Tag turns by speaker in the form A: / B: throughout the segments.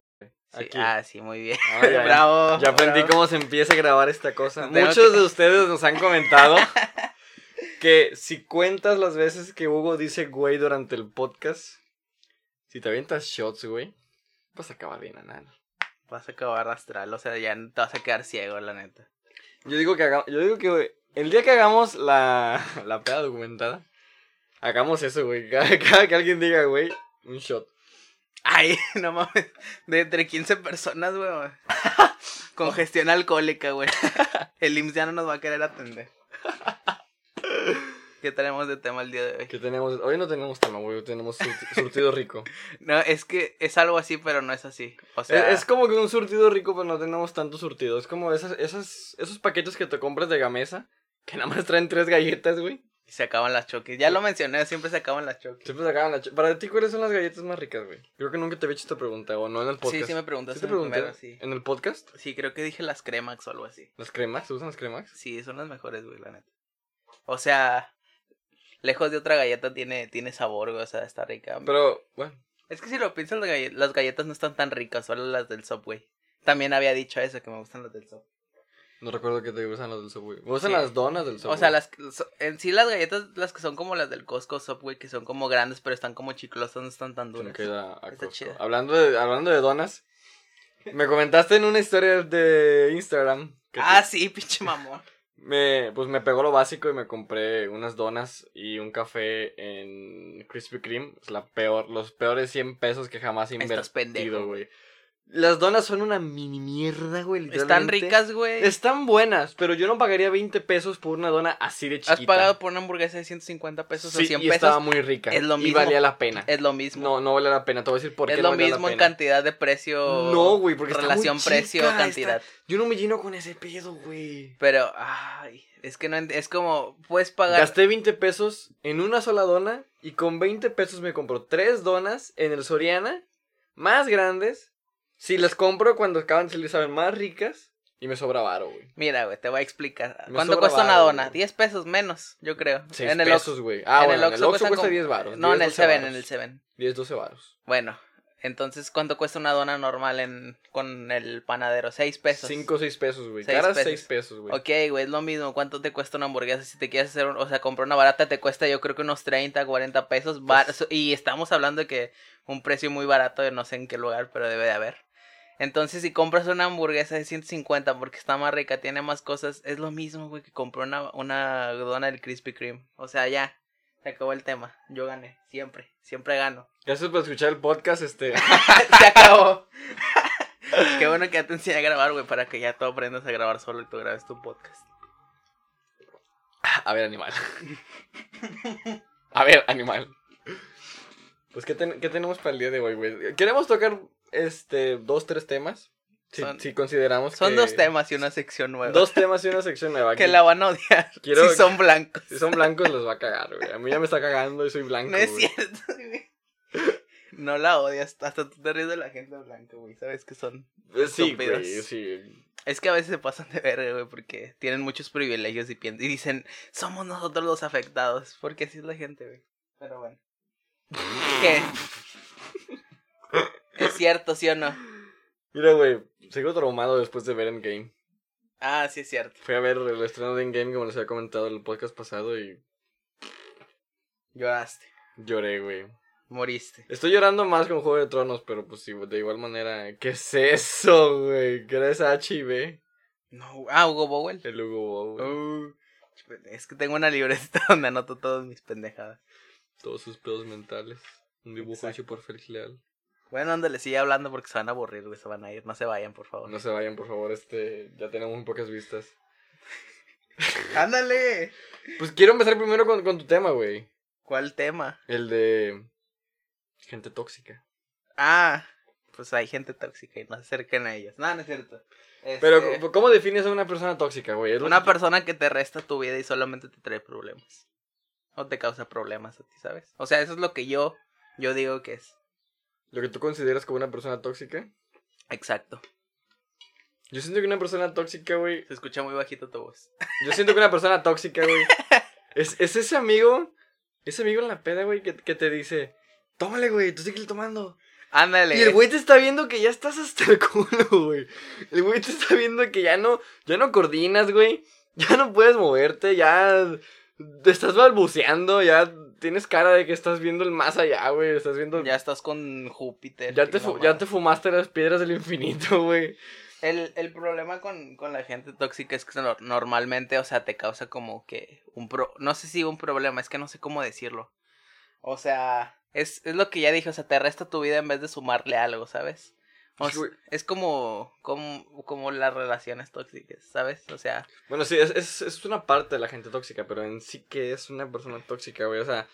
A: este.
B: Sí,
A: Aquí.
B: ah, sí, muy bien.
A: Ah, ya,
B: bravo.
A: Ya aprendí
B: bravo.
A: cómo se empieza a grabar esta cosa.
B: Tengo
A: Muchos
B: que-
A: de ustedes nos han comentado que si cuentas las veces que Hugo dice güey durante el podcast, si te avientas shots, güey, vas a acabar bien, anal.
B: Vas a acabar astral, o sea, ya te vas a quedar ciego, la neta.
A: Yo digo que haga- yo digo que güey, el día que hagamos la, la peda documentada, hagamos eso, güey. Cada, cada que alguien diga, güey, un shot.
B: Ay, no mames. De entre 15 personas, güey. Con gestión alcohólica, güey. El IMSS ya no nos va a querer atender. ¿Qué tenemos de tema el día de hoy?
A: Que tenemos, hoy no tenemos tema, güey, hoy tenemos surti- surtido rico.
B: No, es que es algo así, pero no es así. O sea,
A: es, es como que un surtido rico, pero no tenemos tanto surtido. Es como esas, esas, esos paquetes que te compras de Gamesa, que nada más traen tres galletas, güey.
B: se acaban las choques. Ya lo mencioné, siempre se acaban las choques.
A: Siempre sacaban la... ch- Para ti, ¿cuáles son las galletas más ricas, güey? Creo que nunca te había hecho esta pregunta, o no en el podcast.
B: Sí, sí me preguntaste
A: ¿Sí te
B: en el
A: pregunté?
B: primero, sí.
A: ¿En el podcast?
B: Sí, creo que dije las cremax o algo así.
A: ¿Las cremas? ¿Se usan las cremas?
B: Sí, son las mejores, güey, la neta. O sea, lejos de otra galleta tiene, tiene sabor, güey, o sea, está rica.
A: Pero, bueno,
B: Es que si lo piensas, las galle- las galletas no están tan ricas, solo las del Subway. También había dicho eso, que me gustan las del Subway.
A: no recuerdo que te gustan las del Subway. Me gustan
B: Sí.
A: las donas del Subway.
B: O sea, las so- en sí las galletas, las que son como las del Costco Subway, que son como grandes, pero están como chiclosas, no están tan
A: Se me
B: duras.
A: queda a
B: Está
A: Costco.
B: chida.
A: Hablando de, hablando de donas, me comentaste en una historia de Instagram. que te-
B: Ah, sí, pinche mamón.
A: Me, pues me pegó lo básico y me compré unas donas y un café en Krispy Kreme. Es la peor, los peores 100 pesos que jamás he
B: Estás
A: invertido,
B: pendejo.
A: güey. Las donas son una mini mierda, güey.
B: Están
A: literalmente.
B: ricas, güey.
A: Están buenas, pero yo no pagaría 20 pesos por una dona así de chiquita.
B: Has pagado por una hamburguesa de 150 pesos
A: Sí,
B: o 100
A: y estaba
B: pesos.
A: muy rica.
B: Es lo
A: Y
B: mismo.
A: valía la pena.
B: Es lo mismo.
A: No, no valía la pena. Te voy a decir por qué
B: es
A: no
B: lo
A: valía la
B: mismo en
A: pena.
B: cantidad de precio.
A: No, güey, porque está muy
B: Relación
A: chica, está-
B: precio-cantidad.
A: Yo no me lleno con ese pedo, güey.
B: Pero, ay, es que no. ent- Es como, puedes pagar.
A: Gasté 20 pesos en una sola dona y con 20 pesos me compro tres donas en el Soriana, más grandes. Si las compro cuando acaban de salir, saben más ricas y me sobra varo, güey.
B: Mira, güey, te voy a explicar.
A: Me
B: ¿Cuánto
A: sobra
B: cuesta una
A: varo,
B: dona?
A: güey.
B: 10 pesos menos, yo creo.
A: 6
B: el
A: pesos,
B: Ox-
A: güey. Ah,
B: en
A: bueno,
B: el
A: en el
B: Oxxo
A: Oxxo
B: cuestan
A: cuesta
B: como-
A: 10 varos.
B: No, en el
A: 7
B: Seven, en el 7.
A: 10, 12 varos.
B: Bueno, entonces, ¿cuánto cuesta una dona normal en, con el panadero? 6 pesos.
A: 5 o 6 pesos, güey.
B: Seis
A: Cara
B: pesos.
A: 6 pesos, güey.
B: Ok, güey, es lo mismo. ¿Cuánto te cuesta una hamburguesa? Si te quieres hacer, un- o sea, comprar una barata te cuesta yo creo que unos 30, 40 pesos. bar-
A: Pues-
B: so- y estamos hablando de que un precio muy barato de no sé en qué lugar, pero debe de haber. Entonces, si compras una hamburguesa de 150 porque está más rica, tiene más cosas, es lo mismo, güey, que comprar una, una dona del Krispy Kreme. O sea, ya, se acabó el tema. Yo gané, siempre, siempre gano.
A: Gracias por escuchar el podcast, este.
B: se acabó. qué bueno que ya te enseñé a grabar, güey, para que ya tú aprendas a grabar solo y tú grabes tu podcast.
A: A ver, animal. A ver, animal. Pues, ¿qué, ten- qué tenemos para el día de hoy, güey? Queremos tocar, este, dos, tres temas. Si,
B: Son-
A: si consideramos
B: Son
A: que-
B: dos temas y una sección nueva.
A: Dos temas y una sección nueva.
B: que la van a odiar
A: Quiero-
B: si son blancos.
A: Si son blancos, los va a cagar, güey. A mí ya me está cagando y soy blanco,
B: No es
A: güey.
B: cierto, güey. No la odias, hasta tú te ríes de la gente blanca, güey. Sabes que son.
A: Eh, Sí,
B: Estúpidos.
A: güey, sí.
B: Es que a veces se pasan de verga, güey, porque tienen muchos privilegios y, piensan, y dicen, somos nosotros los afectados. Porque así es la gente, güey. Pero bueno. ¿Qué? es cierto, ¿sí o no?
A: Mira, güey, sigo traumado después de ver Endgame.
B: Ah, sí es cierto.
A: Fui a ver el estreno de Endgame, como les había comentado en el podcast pasado, y
B: Lloraste.
A: lloré, güey.
B: Moriste.
A: Estoy llorando más con Juego de Tronos, pero pues sí, de igual manera. ¿Qué es eso, güey? ¿Qué eres HB?
B: No, ah, Hugo Bowell.
A: El Hugo Boss, güey.
B: Uh, es que tengo una libreta donde anoto todas mis pendejadas.
A: Todos sus pedos mentales. Un dibujo
B: Exacto.
A: hecho por Félix Leal.
B: Bueno, ándale, sigue hablando porque se van a aburrir, güey, se van a ir. No se vayan, por favor.
A: No se vayan, por favor, este. Ya tenemos muy pocas vistas.
B: ¡Ándale!
A: Pues quiero empezar primero con, con tu tema, güey.
B: ¿Cuál tema?
A: El de. Gente tóxica.
B: Ah, pues hay gente tóxica y no se acerquen a ellos. No, no es cierto. Este,
A: Pero, ¿cómo- ¿cómo defines a una persona tóxica, güey? Es lo
B: una
A: que-
B: persona que te resta tu vida y solamente te trae problemas. O te causa problemas a ti, ¿sabes? O sea, eso es lo que yo, yo digo que es.
A: Lo que tú consideras como una persona tóxica.
B: Exacto.
A: Yo siento que una persona tóxica, güey,
B: Se escucha muy bajito tu voz.
A: Yo siento que una persona tóxica, güey. Es, es ese amigo, ese amigo en la peda, güey, que, que te dice, tómale, güey, tú sigue tomando.
B: Ándale.
A: Y el güey te está viendo que ya estás hasta el culo, güey. El güey te está viendo que ya no, ya no coordinas, güey. Ya no puedes moverte, ya te estás balbuceando, ya tienes cara de que estás viendo el más allá, güey. Estás viendo.
B: Ya
A: Ya,
B: estás con Júpiter. y
A: te,
B: la
A: fu-
B: madre.
A: ya te fumaste las piedras del infinito, güey.
B: El, el problema con, con la gente tóxica es que no- normalmente, o sea, te causa como que un pro... No sé si un problema, es que no sé cómo decirlo. O sea, es, es lo que ya dije, o sea, te resta tu vida en vez de sumarle algo, ¿sabes? O
A: Sí,
B: sea,
A: güey.
B: es como, como, como las relaciones tóxicas, ¿sabes? O sea,
A: Bueno, sí, es, es, es una parte de la gente tóxica, pero en sí que es una persona tóxica, güey. O sea,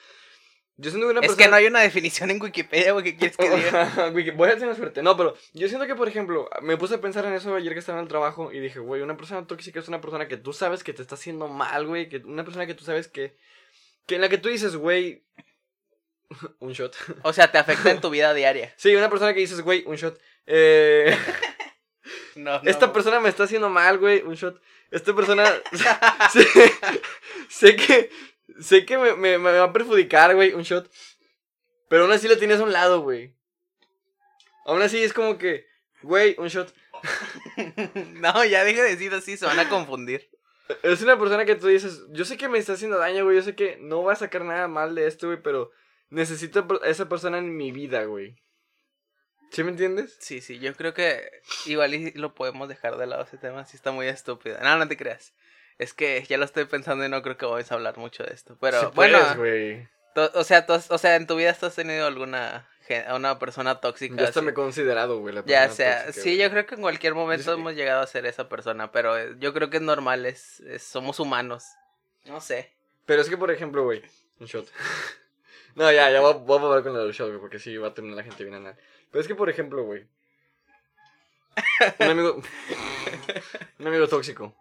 A: yo siento que una
B: es
A: persona.
B: que no hay una definición en Wikipedia, güey, que quieres que diga.
A: Güey, que Voy a tener suerte. No, pero yo siento que, por ejemplo, me puse a pensar en eso ayer que estaba en el trabajo y dije, güey, una persona tóxica es una persona que tú sabes que te está haciendo mal, güey. Que una persona que tú sabes que. que en la que tú dices, güey. un shot.
B: O sea, te afecta en tu vida diaria.
A: Sí, una persona que dices, güey, un shot. Eh,
B: No, no,
A: esta
B: güey.
A: persona me está haciendo mal, güey, un shot. Esta persona. sé, sé que. Sé que me, me- me va a perjudicar, güey, un shot. Pero aún así la tienes a un lado, güey. Aún así es como que. Güey, un shot.
B: No, ya deje de decir así, se van a confundir.
A: Es una persona que tú dices, yo sé que me está haciendo daño, güey. Yo sé que no va a sacar nada mal de esto, güey, pero necesito a esa persona en mi vida, güey. ¿Sí me entiendes?
B: Sí, sí, yo creo que igual y lo podemos dejar de lado ese tema, sí está muy estúpido. No, no te creas. Es que ya lo estoy pensando y no creo que vayas a hablar mucho de esto. Pero
A: Sí
B: bueno,
A: puedes, güey.
B: to- o sea, tú has- o sea, en tu vida tú has tenido alguna gen- a una persona tóxica.
A: Yo hasta
B: así?
A: me he considerado, güey, la
B: ya
A: persona
B: sea,
A: tóxica,
B: sí,
A: güey.
B: yo creo que en cualquier momento
A: Yo sé-
B: hemos llegado a ser esa persona, pero eh, yo creo que es normal, es, es- somos humanos. No sé.
A: Pero es que, por ejemplo, güey, un shot. no, ya, ya voy, a- voy a probar con el shot, güey, porque sí va a terminar la gente bien anal. Pero es que, por ejemplo, güey, un amigo. un amigo tóxico.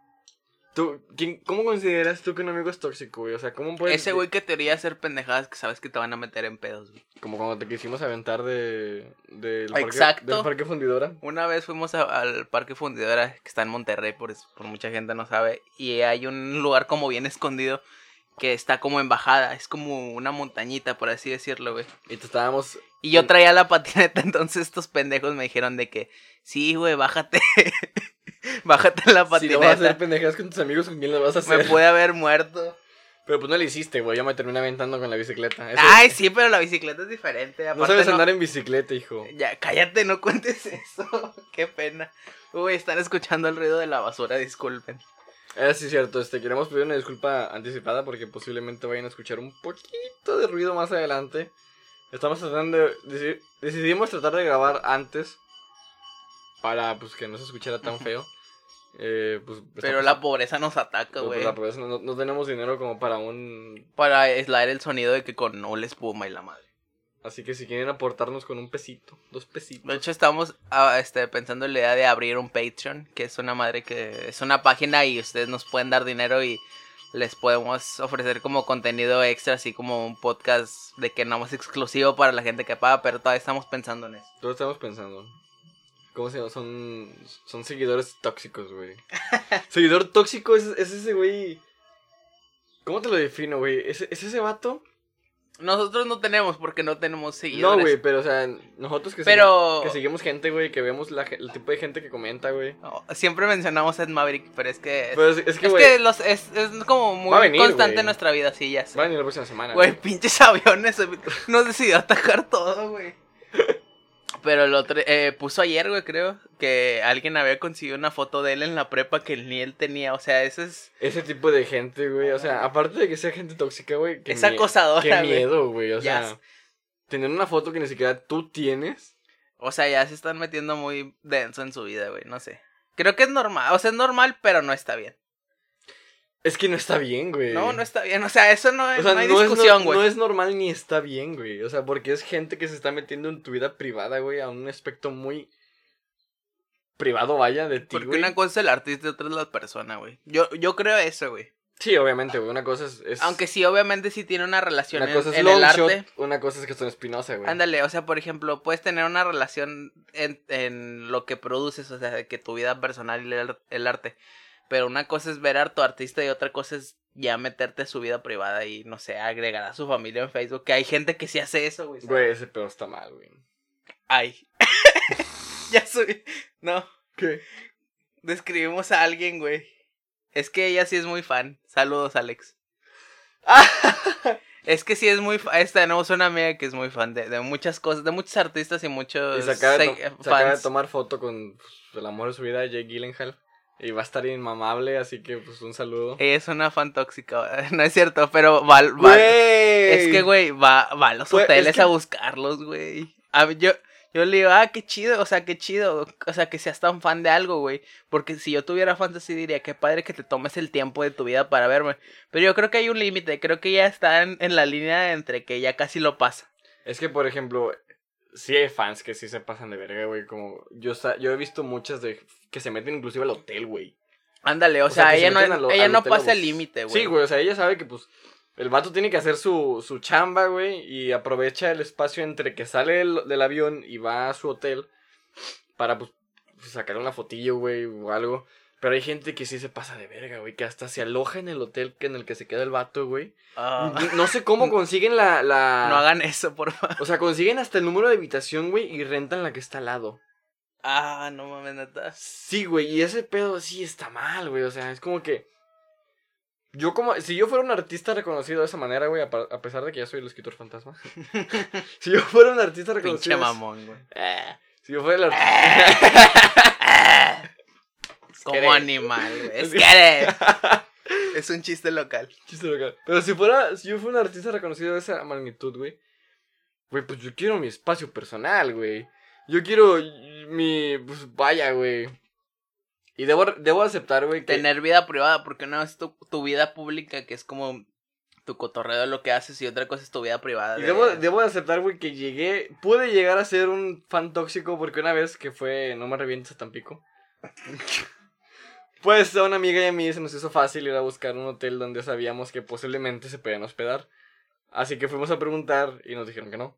A: ¿Tú, quién, ¿Cómo consideras tú que un amigo es tóxico, güey? O sea, ¿cómo puedes.
B: Ese güey que te haría hacer pendejadas que sabes que te van a meter en pedos. güey.
A: Como cuando te quisimos aventar de. Del parque,
B: Exacto.
A: Del parque fundidora.
B: Una vez fuimos a- al Parque Fundidora, que está en Monterrey, por, eso- por mucha gente no sabe, y hay un lugar como bien escondido que está como en bajada, es como una montañita, por así decirlo, güey.
A: Y te estábamos.
B: Y yo
A: Mm.
B: traía la patineta, entonces estos pendejos me dijeron de que, sí, güey, bájate, bájate en la
A: Si no vas a
B: patineta,
A: hacer pendejadas con tus amigos, ¿con quién las vas a hacer?
B: me puede haber muerto.
A: Pero pues no le hiciste, güey. Yo me terminé aventando con la bicicleta. Eso-
B: Ay, sí, pero la bicicleta es diferente,
A: no
B: aparte
A: sabes
B: no-
A: andar en bicicleta, hijo.
B: Ya, cállate, no cuentes eso, qué pena. Uy, están escuchando el ruido de la basura, disculpen.
A: Ah, sí, cierto. Este, queremos pedir una disculpa anticipada porque posiblemente vayan a escuchar un poquito de ruido más adelante. Estamos tratando de... deci- decidimos tratar de grabar antes para pues que no se escuchara tan
B: Ujú.
A: feo. Eh, pues,
B: Pero
A: estamos-
B: la pobreza nos ataca,
A: pero, pues,
B: güey.
A: la pobreza, no, no tenemos dinero como para un...
B: Para aislar el sonido de que con no la espuma y la madre.
A: Así que si quieren aportarnos con un pesito, dos pesitos.
B: De hecho, estamos ah, este, pensando en la idea de abrir un Patreon, que es una madre que es una página y ustedes nos pueden dar dinero y les podemos ofrecer como contenido extra, así como un podcast de que nada más exclusivo para la gente que paga, pero todavía estamos pensando en eso.
A: Todos estamos pensando. ¿Cómo se llama? Son, son seguidores tóxicos, güey. Seguidor tóxico es, es ese güey. ¿Cómo te lo defino, güey? ¿Es, es ese vato?
B: Nosotros no tenemos porque no tenemos seguidores.
A: No, güey, pero o sea, nosotros que, segui-
B: Pero-
A: que seguimos gente, güey, que vemos la ge- el tipo de gente que comenta, güey.
B: No, siempre mencionamos a Ed Maverick, pero es que...
A: Pero es, es que,
B: es
A: güey,
B: que los, es, es como muy
A: Va a venir,
B: constante
A: güey.
B: en nuestra vida, sí, ya sé.
A: van a venir la próxima semana.
B: Güey, pinches aviones. eh, Nos decidió atacar todo, güey. Pero el otro, eh, puso ayer, güey, creo, que alguien había conseguido una foto de él en la prepa que ni él tenía. O sea, eso es,
A: Ese tipo de gente, güey. O sea, aparte de que sea gente tóxica, güey. que
B: es
A: mie-
B: acosadora,
A: Qué
B: güey.
A: miedo, güey. O
B: Ya
A: sea, tener una foto que ni siquiera tú tienes.
B: O sea, ya se están metiendo muy denso en su vida, güey, no sé. Creo que es normal, o sea, es normal, pero no está bien.
A: Es que no está bien, güey.
B: No, no está bien, o sea, eso no, es-
A: O sea,
B: no hay
A: no es,
B: discusión,
A: no-
B: güey.
A: no es normal ni está bien, güey. O sea, porque es gente que se está metiendo en tu vida privada, güey, a un aspecto muy privado, vaya, de ti,
B: Porque
A: güey.
B: una cosa es el artista y otra es la persona, güey. Yo, yo creo eso, güey.
A: Sí, obviamente, güey. Una cosa es. es-
B: Aunque sí, obviamente sí tiene una relación
A: una
B: en,
A: cosa es
B: en el
A: Longshot,
B: arte.
A: una cosa es que son Espinosa, güey.
B: Ándale, o sea, por ejemplo, puedes tener una relación en, en lo que produces, o sea, de que tu vida personal y el, el arte. Pero una cosa es ver a tu artista y otra cosa es ya meterte a su vida privada y, no sé, agregar a su familia en Facebook. Que hay gente que sí hace eso, güey. ¿sabes?
A: Güey, ese pedo está mal, güey.
B: Ay. ya subí. No.
A: ¿Qué?
B: Describimos a alguien, güey. Es que ella sí es muy fan. Saludos, Alex. Es que sí es muy fan. Tenemos una amiga que es muy fan de, de muchas cosas, de muchos artistas y muchos
A: Y se acaba, de,
B: seg-
A: to- se acaba de
B: fans.
A: tomar foto con pues, el amor de su vida, Jake Gyllenhaal. Y va a estar inmamable, así que pues un saludo.
B: Ella es una fan tóxica, no es cierto, pero va, va- es que, güey, va, va a los
A: Pues, es
B: hoteles
A: que-
B: a buscarlos, güey. A mí- Yo, yo le digo, ah, qué chido, o sea, qué chido, o sea, que seas tan fan de algo, güey. Porque si yo tuviera fans así, diría, qué padre que te tomes el tiempo de tu vida para verme. Pero yo creo que hay un límite, creo que ya está en, en la línea entre que ya casi lo pasa.
A: Es que, por ejemplo, sí hay fans que sí se pasan de verga, güey. Como yo, sa- yo he visto muchas de que se meten inclusive al hotel, güey.
B: Ándale, o,
A: O sea,
B: sea,
A: que se
B: ella
A: meten
B: no,
A: al-
B: ella
A: al
B: no
A: hotel a
B: pasa el
A: bus-
B: límite, güey.
A: Sí, güey, o sea, ella sabe que pues el vato tiene que hacer su, su chamba, güey, y aprovecha el espacio entre que sale del, del avión y va a su hotel para pues sacar una fotillo, güey, o algo. Pero hay gente que sí se pasa de verga, güey, que hasta se aloja en el hotel que en el que se queda el vato, güey.
B: Ah,
A: No sé cómo consiguen la... la...
B: no hagan eso, por favor.
A: O sea, consiguen hasta el número de habitación, güey, y rentan la que está al lado.
B: Ah, no mames, neta.
A: Sí, güey, y ese pedo sí está mal, güey. O sea, es como que. Yo como. Si yo fuera un artista reconocido de esa manera, güey, a, pa- a pesar de que ya soy el escritor fantasma. si yo fuera un artista reconocido.
B: Pinche
A: de-
B: mamón, güey.
A: Eh, si yo fuera el artista.
B: Como
A: Esquere.
B: animal, güey. Es
A: Es que-
B: que eres. Es un chiste local.
A: Chiste local. Pero si fuera. Si yo fuera un artista reconocido de esa magnitud, güey. Güey, pues yo quiero mi espacio personal, güey. Yo quiero mi. Pues vaya, güey. Y debo, debo aceptar, güey, que.
B: Tener vida privada, porque una es tu, tu vida pública, que es como tu cotorreo de lo que haces, y otra cosa es tu vida privada.
A: Y
B: de-
A: debo, debo de aceptar, güey, que llegué. Pude llegar a ser un fan tóxico porque una vez que fue No me revientes a Tampico. Pues a una amiga y a mí se nos hizo fácil ir a buscar un hotel donde sabíamos que posiblemente se podían hospedar. Así que fuimos a preguntar y nos dijeron que no.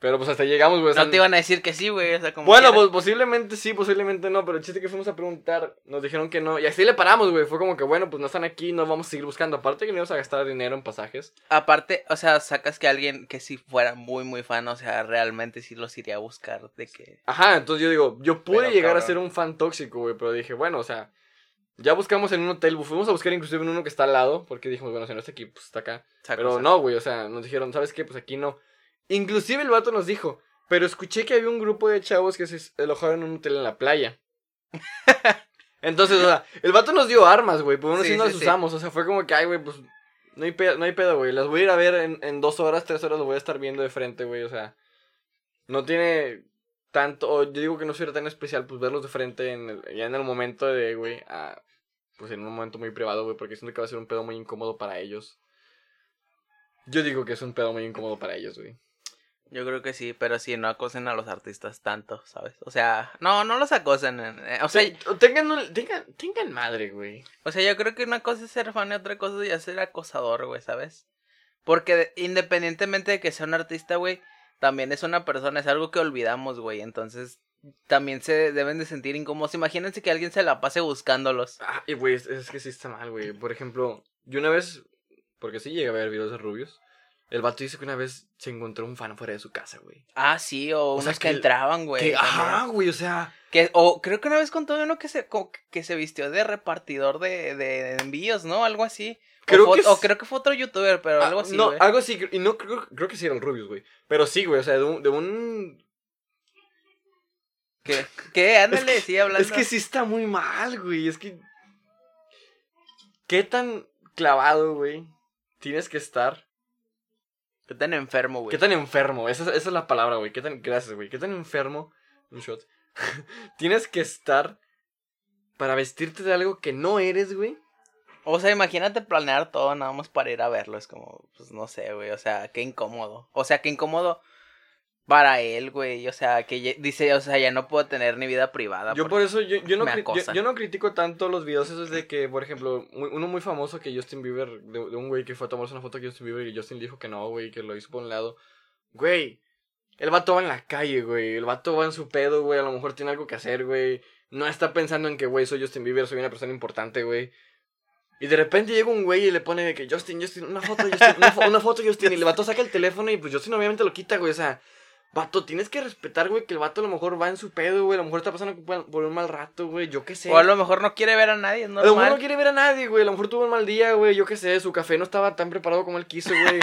A: Pero pues hasta llegamos, güey. o sea,
B: No te iban a decir que sí, güey. O sea, como
A: bueno,
B: quieras.
A: pues posiblemente sí, posiblemente no, pero el chiste que fuimos a preguntar, nos dijeron que no. Y así le paramos, güey. Fue como que, bueno, pues no están aquí, no vamos a seguir buscando. Aparte que no íbamos a gastar dinero en pasajes.
B: Aparte, o sea, sacas que alguien que si fuera muy, muy fan, o sea, realmente sí los iría a buscar. De que.
A: Ajá, entonces yo digo, yo pude
B: Pero,
A: llegar a
B: cabrón.
A: ser un fan tóxico, güey, pero dije, bueno, o sea, ya buscamos en un hotel, fuimos a buscar inclusive en uno que está al lado, porque dijimos, bueno, si no está aquí, pues está acá.
B: saco,
A: Pero
B: saco.
A: no, güey, o sea, nos dijeron, ¿sabes qué? Pues aquí no. Inclusive el vato nos dijo, pero escuché que había un grupo de chavos que se alojaron en un hotel en la playa. Entonces, o sea, el vato nos dio armas, güey, pero uno sí,
B: Sí,
A: no
B: sí,
A: las
B: sí.
A: usamos, o sea, fue como que, ay, güey, pues no hay pedo, no hay pedo, güey, las voy a ir a ver en, en dos horas, tres horas, lo voy a estar viendo de frente, güey, o sea, no tiene tanto, o yo digo que no sería tan especial, pues verlos de frente en el- ya en el momento de, güey, a- pues en un momento muy privado, güey, porque siento que va a ser un pedo muy incómodo para ellos. Yo digo que es un pedo muy incómodo para ellos, güey.
B: Yo creo que sí, pero sí, no acosen a los artistas tanto, ¿sabes? O sea, no, no los acosen. eh, O
A: O sea,
B: sea,
A: tengan, un- tengan, tengan madre, güey.
B: O sea, yo creo que una cosa es ser fan y otra cosa es ya ser acosador, güey, ¿sabes? Porque de- independientemente de que sea un artista, güey, también es una persona, es algo que olvidamos, güey. Entonces, también se deben de sentir incómodos. Imagínense que alguien se la pase buscándolos.
A: Ah, y güey, es, es que sí está mal, güey. Por ejemplo, yo una vez, porque sí llegué a ver videos de rubios, el vato dice que una vez se encontró un fan fuera de su casa, güey.
B: Ah, sí, o,
A: O sea,
B: unos que,
A: que-
B: entraban, güey.
A: Que,
B: también.
A: ajá, güey, o sea,
B: Que, o creo que una vez contó uno que se, co- que se vistió de repartidor de, de envíos, ¿no? Algo así. O
A: Creo
B: fue-
A: que
B: o
A: es-
B: creo que fue otro youtuber, pero
A: Ah,
B: algo así,
A: No,
B: güey.
A: algo así. Y no creo, creo que sí eran rubios, güey. Pero sí, güey. O sea, de un. de un-
B: Que, que ándale, sí, hablando.
A: Es que sí está muy mal, güey. Es que. ¿Qué tan clavado, güey? Tienes que estar.
B: Qué tan enfermo, güey.
A: ¿Qué tan enfermo? Esa, es- esa es la palabra, güey. ¿Qué tan. Gracias, güey. ¿Qué tan enfermo? Un shot. tienes que estar. Para vestirte de algo que no eres, güey.
B: O sea, imagínate planear todo nada más para ir a verlo. Es como, pues no sé, güey. O sea, qué incómodo. O sea, qué incómodo para él, güey. O sea, que ye- dice, o sea, ya no puedo tener ni vida privada.
A: Yo
B: porque-
A: por eso, yo, yo no
B: me
A: cri- yo- yo,
B: acosan.
A: no critico tanto los videos esos de que, por ejemplo, muy- uno muy famoso que Justin Bieber, de, de un güey que fue a tomarse una foto que Justin Bieber y Justin dijo que no, güey, que lo hizo por un lado. Güey, el vato va en la calle, güey, el vato va en su pedo, güey, a lo mejor tiene algo que hacer, güey. No está pensando en que, güey, soy Justin Bieber, soy una persona importante, güey. Y de repente llega un güey y le pone de que Justin, Justin, una foto, Justin, una, fo- una foto, Justin. Y el vato saca el teléfono y pues Justin obviamente lo quita, güey. O sea, Vato, tienes que respetar, güey, que el vato a lo mejor va en su pedo, güey. A lo mejor está pasando por por un mal rato, güey. Yo qué sé.
B: O a lo mejor no quiere ver a nadie, es
A: A lo mejor no
B: normal.
A: quiere ver a nadie, güey. A lo mejor tuvo un mal día, güey. Yo qué sé. Su café no estaba tan preparado como él quiso, güey.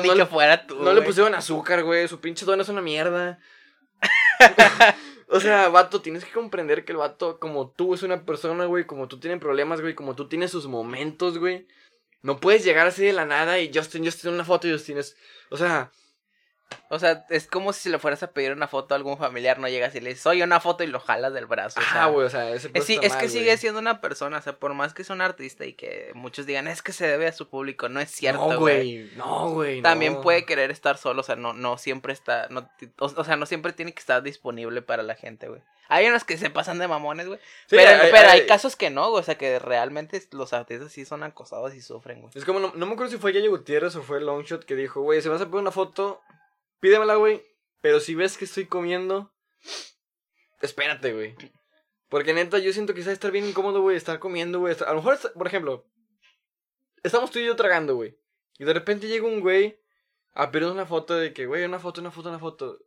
B: Ni
A: no,
B: que
A: le,
B: fuera tú.
A: no le
B: güey.
A: pusieron azúcar, güey. Su pinche dona es una mierda. o sea, vato, tienes que comprender que el vato, como tú, es una persona, güey. Como tú tienes problemas, güey. Como tú tienes sus momentos, güey. No puedes llegar así de la nada y Justin, Justin, una foto y Justin es. O sea,
B: O sea, es como si le fueras a pedir una foto a algún familiar, no llegas y le dices, oye, una foto y lo jalas del brazo. o sea,
A: ah, güey, o sea, ese
B: Es,
A: pedo
B: sí,
A: está
B: es que
A: mal,
B: sigue
A: güey.
B: siendo una persona, o sea, por más que sea un artista y que muchos digan, es que se debe a su público, no es cierto,
A: No,
B: güey.
A: güey. No, güey.
B: También
A: no.
B: puede querer estar solo, o sea, no, no siempre está, no, ti- o, o sea, no siempre tiene que estar disponible para la gente, güey. Hay unos que se pasan de mamones, güey.
A: Sí,
B: pero pero hay casos que no, güey, o sea, que realmente los artistas sí son acosados y sufren, güey.
A: Es como, no, no me acuerdo si fue Yayo Gutiérrez o fue Longshot que dijo, güey, si me vas a pedir una foto, pídemela, güey. Pero si ves que estoy comiendo, espérate, güey. Porque neta, yo siento que quizás estar bien incómodo, güey, estar comiendo, güey. estar- A lo mejor, est- por ejemplo, estamos tú y yo tragando, güey. Y de repente llega un güey a pedir una foto de que, güey, una foto, una foto, una foto.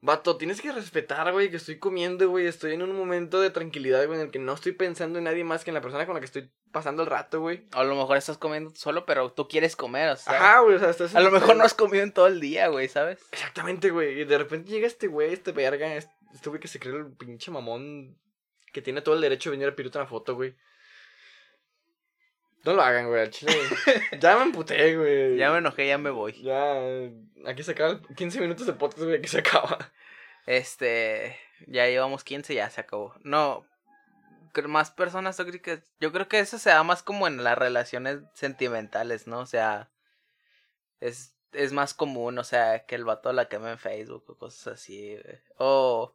A: Vato, tienes que respetar, güey, que estoy comiendo, güey. Estoy en un momento de tranquilidad, güey, en el que no estoy pensando en nadie más que en la persona con la que estoy pasando el rato, güey.
B: O a lo mejor estás comiendo tú solo, pero tú quieres comer, o sea.
A: Ajá, güey, o sea, estás
B: A lo
A: en-
B: mejor no has comido en todo el día, güey, ¿sabes?
A: Exactamente, güey. Y de repente llega este güey, este verga, este este güey que se cree el pinche mamón que tiene todo el derecho de venir a pedirte una foto, güey. No lo hagan, güey, al chile. ya me emputé, güey.
B: Ya me enojé, ya me voy.
A: Ya, aquí se acaba 15 minutos de podcast, güey, aquí se acaba.
B: Este, ya llevamos 15, ya se acabó. No, cre- más personas, yo creo que, yo creo que eso se da más como en las relaciones sentimentales, ¿no? O sea, es, es más común, o sea, que el vato la queme en Facebook o cosas así, güey. O,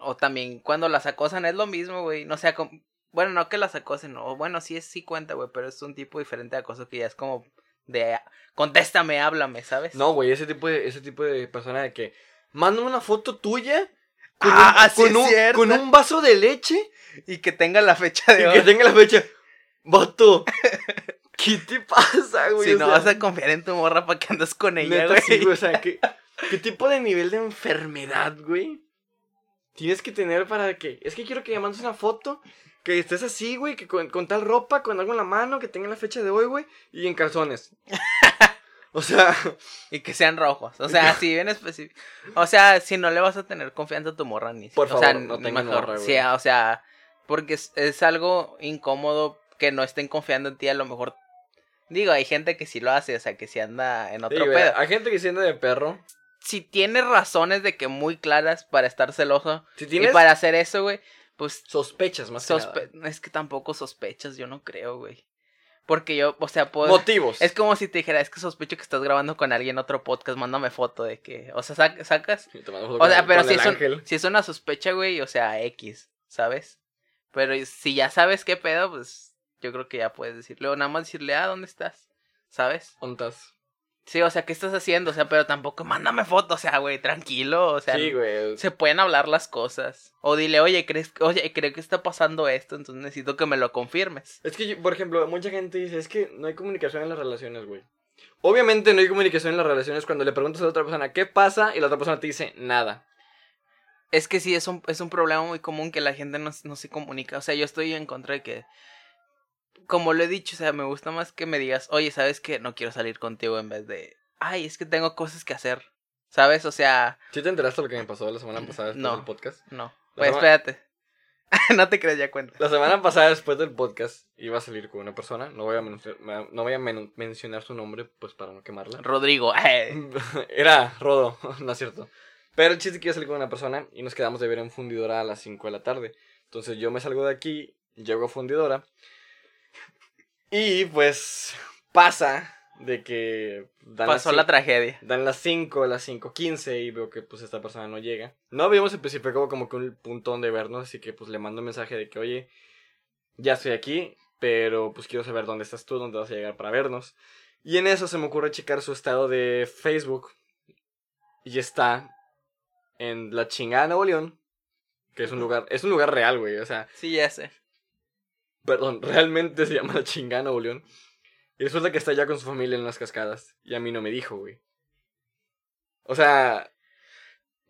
B: o también cuando las acosan es lo mismo, güey. No sea, com- bueno, no que las acosen, o bueno, sí, es- sí cuenta, güey, pero es un tipo diferente de acoso que ya es como de, contéstame, háblame, ¿sabes?
A: No, güey, ese tipo de, ese tipo de persona de que mándame una foto tuya con,
B: Ah, sí
A: un,
B: es
A: con, un-
B: cierto.
A: con un vaso de leche
B: Y que tenga la fecha de
A: y
B: hoy.
A: que tenga la fecha. Vato, ¿qué te pasa, güey?
B: Si
A: O
B: no
A: sea,
B: vas a confiar en tu morra para que andas con ella,
A: Neta,
B: güey.
A: sí, güey, o sea, ¿qué, qué tipo de nivel de enfermedad, güey? Tienes que tener para que. Es que quiero que me mandes una foto. Que estés así, güey, que con, con tal ropa, con algo en la mano, que tenga la fecha de hoy, güey, y en calzones. O sea,
B: Y que sean rojos. O sea, si bien específico. O sea, si no le vas a tener confianza a tu morra ni
A: Por
B: o sea,
A: favor, no
B: ni
A: tengan morra, güey.
B: Sí, o sea, porque es, es algo incómodo que no estén confiando en ti. A lo mejor. Digo, hay gente que sí lo hace, o sea, que sí anda en otro
A: sí, güey,
B: pedo.
A: hay gente que se anda de perro.
B: Si tienes razones de que muy claras para estar celoso
A: Si tienes
B: y para hacer eso, güey, pues
A: sospechas más que eh.
B: sospe- es que tampoco sospechas, yo no creo, güey. Porque yo, o sea,
A: nada.
B: puedo.
A: Motivos.
B: Es como si te dijera, es que sospecho que estás grabando con alguien otro podcast, mándame foto de que, o sea, sac- sacas,
A: Y tomando foto
B: o sea,
A: con-
B: pero
A: con
B: si
A: el
B: es, un-
A: ángel.
B: si es una sospecha, güey, o sea, X, ¿sabes? Pero si ya sabes qué pedo, pues yo creo que ya puedes decirle, o nada más decirle, ah, ¿dónde estás? ¿Sabes?
A: Ontas.
B: Sí, o sea, ¿qué estás haciendo? O sea, pero tampoco, mándame foto, o sea, güey, tranquilo, o sea,
A: sí, güey.
B: se pueden hablar las cosas. O dile, oye, ¿crees, que- oye, creo que está pasando esto, entonces necesito que me lo confirmes.
A: Es que, yo- por ejemplo, mucha gente dice, es que no hay comunicación en las relaciones, güey. Obviamente no hay comunicación en las relaciones cuando le preguntas a la otra persona qué pasa y la otra persona te dice nada.
B: Es que sí, es un, es un problema muy común que la gente no, s- no se comunica. O sea, yo estoy en contra de que. Como lo he dicho, o sea, me gusta más que me digas, oye, ¿sabes qué? No quiero salir contigo en vez de. Ay, es que tengo cosas que hacer. ¿Sabes? O sea,
A: ¿Sí te enteraste de lo que me pasó la semana pasada después
B: No.
A: del podcast?
B: no.
A: La
B: Pues
A: verdad-
B: espérate. no te creas, ya cuenta.
A: La semana pasada después del podcast iba a salir con una persona, no voy a, mencio- no voy a men- mencionar su nombre pues para no quemarla.
B: Rodrigo. ay.
A: Era Rodo, no es cierto. Pero el chiste es que yo salí con una persona y nos quedamos de ver en Fundidora a las 5 de la tarde. Entonces yo me salgo de aquí, llego a Fundidora. Y pues pasa de que dan las
B: Pasó la tragedia.
A: Dan las 5, las 5.15 y veo que pues esta persona no llega. No habíamos especificado como que un punto donde vernos, así que pues le mando un mensaje de que, oye, ya estoy aquí, pero pues quiero saber dónde estás tú, dónde vas a llegar para vernos. Y en eso se me ocurre checar su estado de Facebook y está en la chingada Nuevo León, que es un lugar, es un lugar real, güey, o sea,
B: Sí, ya sé.
A: perdón, realmente se llama la chingada Nuevo León. Y resulta que está allá con su familia en las cascadas y a mí no me dijo, güey. O sea,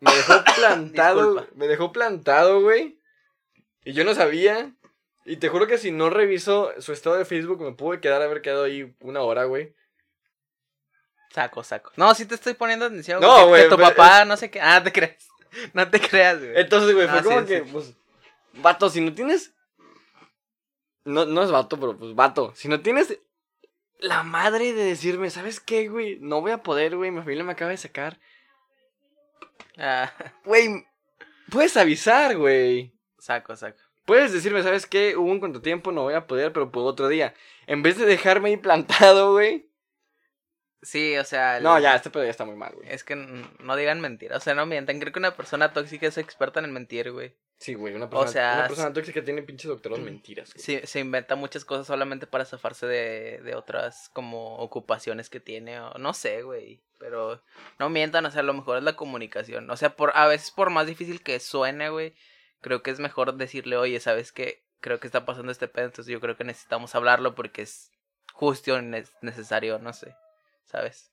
A: Me dejó plantado.
B: Disculpa.
A: me dejó plantado, güey. Y yo no sabía. Y te juro que si no reviso su estado de Facebook, me pude quedar haber quedado ahí una hora, güey.
B: Saco, saco. No, sí te estoy poniendo atención.
A: No,
B: No,
A: güey,
B: Que tu
A: pero-
B: papá, no sé qué. Ah, te creas. No te creas, güey.
A: Entonces, güey, fue
B: Ah,
A: como
B: sí,
A: que,
B: sí.
A: pues. Vato, si no tienes. No, no es vato, pero pues vato. Si no tienes la madre de decirme, ¿sabes qué, güey? No voy a poder, güey. Mi familia me acaba de sacar.
B: Ah,
A: Güey, puedes avisar, güey.
B: saco, saco.
A: Puedes decirme, ¿sabes qué? Hubo un contratiempo, no voy a poder, pero puedo otro día. En vez de dejarme ahí plantado, güey.
B: Sí, o sea. el-
A: No, ya, este pedo ya está muy mal, güey.
B: Es que n- no digan mentiras. O sea, no mientan. Creo que una persona tóxica es experta en mentir, güey.
A: Sí, güey, una persona,
B: sea,
A: una
B: s-
A: persona tóxica tiene pinches doctorados mentiras, güey.
B: Se, se inventa muchas cosas solamente para zafarse de, de otras como ocupaciones que tiene. O, no sé, güey. Pero no mientan, o sea, lo mejor es la comunicación. O sea, por a veces por más difícil que suene, güey, creo que es mejor decirle, oye, ¿sabes qué? Creo que está pasando este pedo, entonces yo creo que necesitamos hablarlo porque es justo y ne- necesario, no sé. ¿Sabes?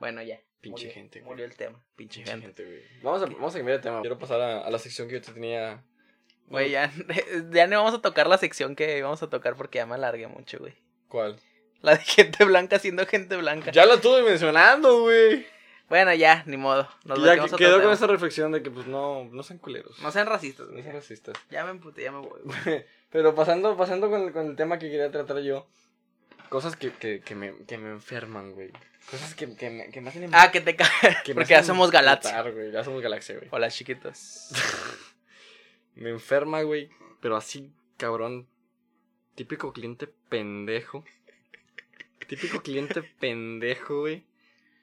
B: Bueno, ya.
A: Pinche
B: murió-
A: gente, güey.
B: Murió el tema. Pinche,
A: Pinche
B: gente.
A: gente, güey. Vamos a, vamos a cambiar de tema. Quiero pasar a, a la sección que yo te tenía.
B: Güey, ya, ya no vamos a tocar la sección que íbamos a tocar porque ya me alargué mucho, güey.
A: ¿Cuál?
B: La de gente blanca siendo gente blanca.
A: Ya la estuve mencionando, güey.
B: Bueno, ya, ni modo. Nos
A: Ya
B: metimos
A: que-
B: a
A: quedó
B: otro
A: con
B: tema.
A: esa reflexión de que, pues, no, no sean culeros.
B: No sean racistas,
A: No
B: güey.
A: sean racistas.
B: Ya me emputé, ya me voy. güey.
A: Pero pasando, pasando con, el- con el tema que quería tratar yo. Cosas que, que, que, me, que me enferman, güey. Cosas que, que, me, que me hacen...
B: Ah, que te ca...
A: que me
B: porque ya
A: hacen
B: somos Galaxia.
A: explotar, güey. Ya somos galaxia, güey.
B: Hola, chiquitos.
A: Me enferma, güey. Pero así, cabrón. Típico cliente pendejo. Típico cliente pendejo, güey.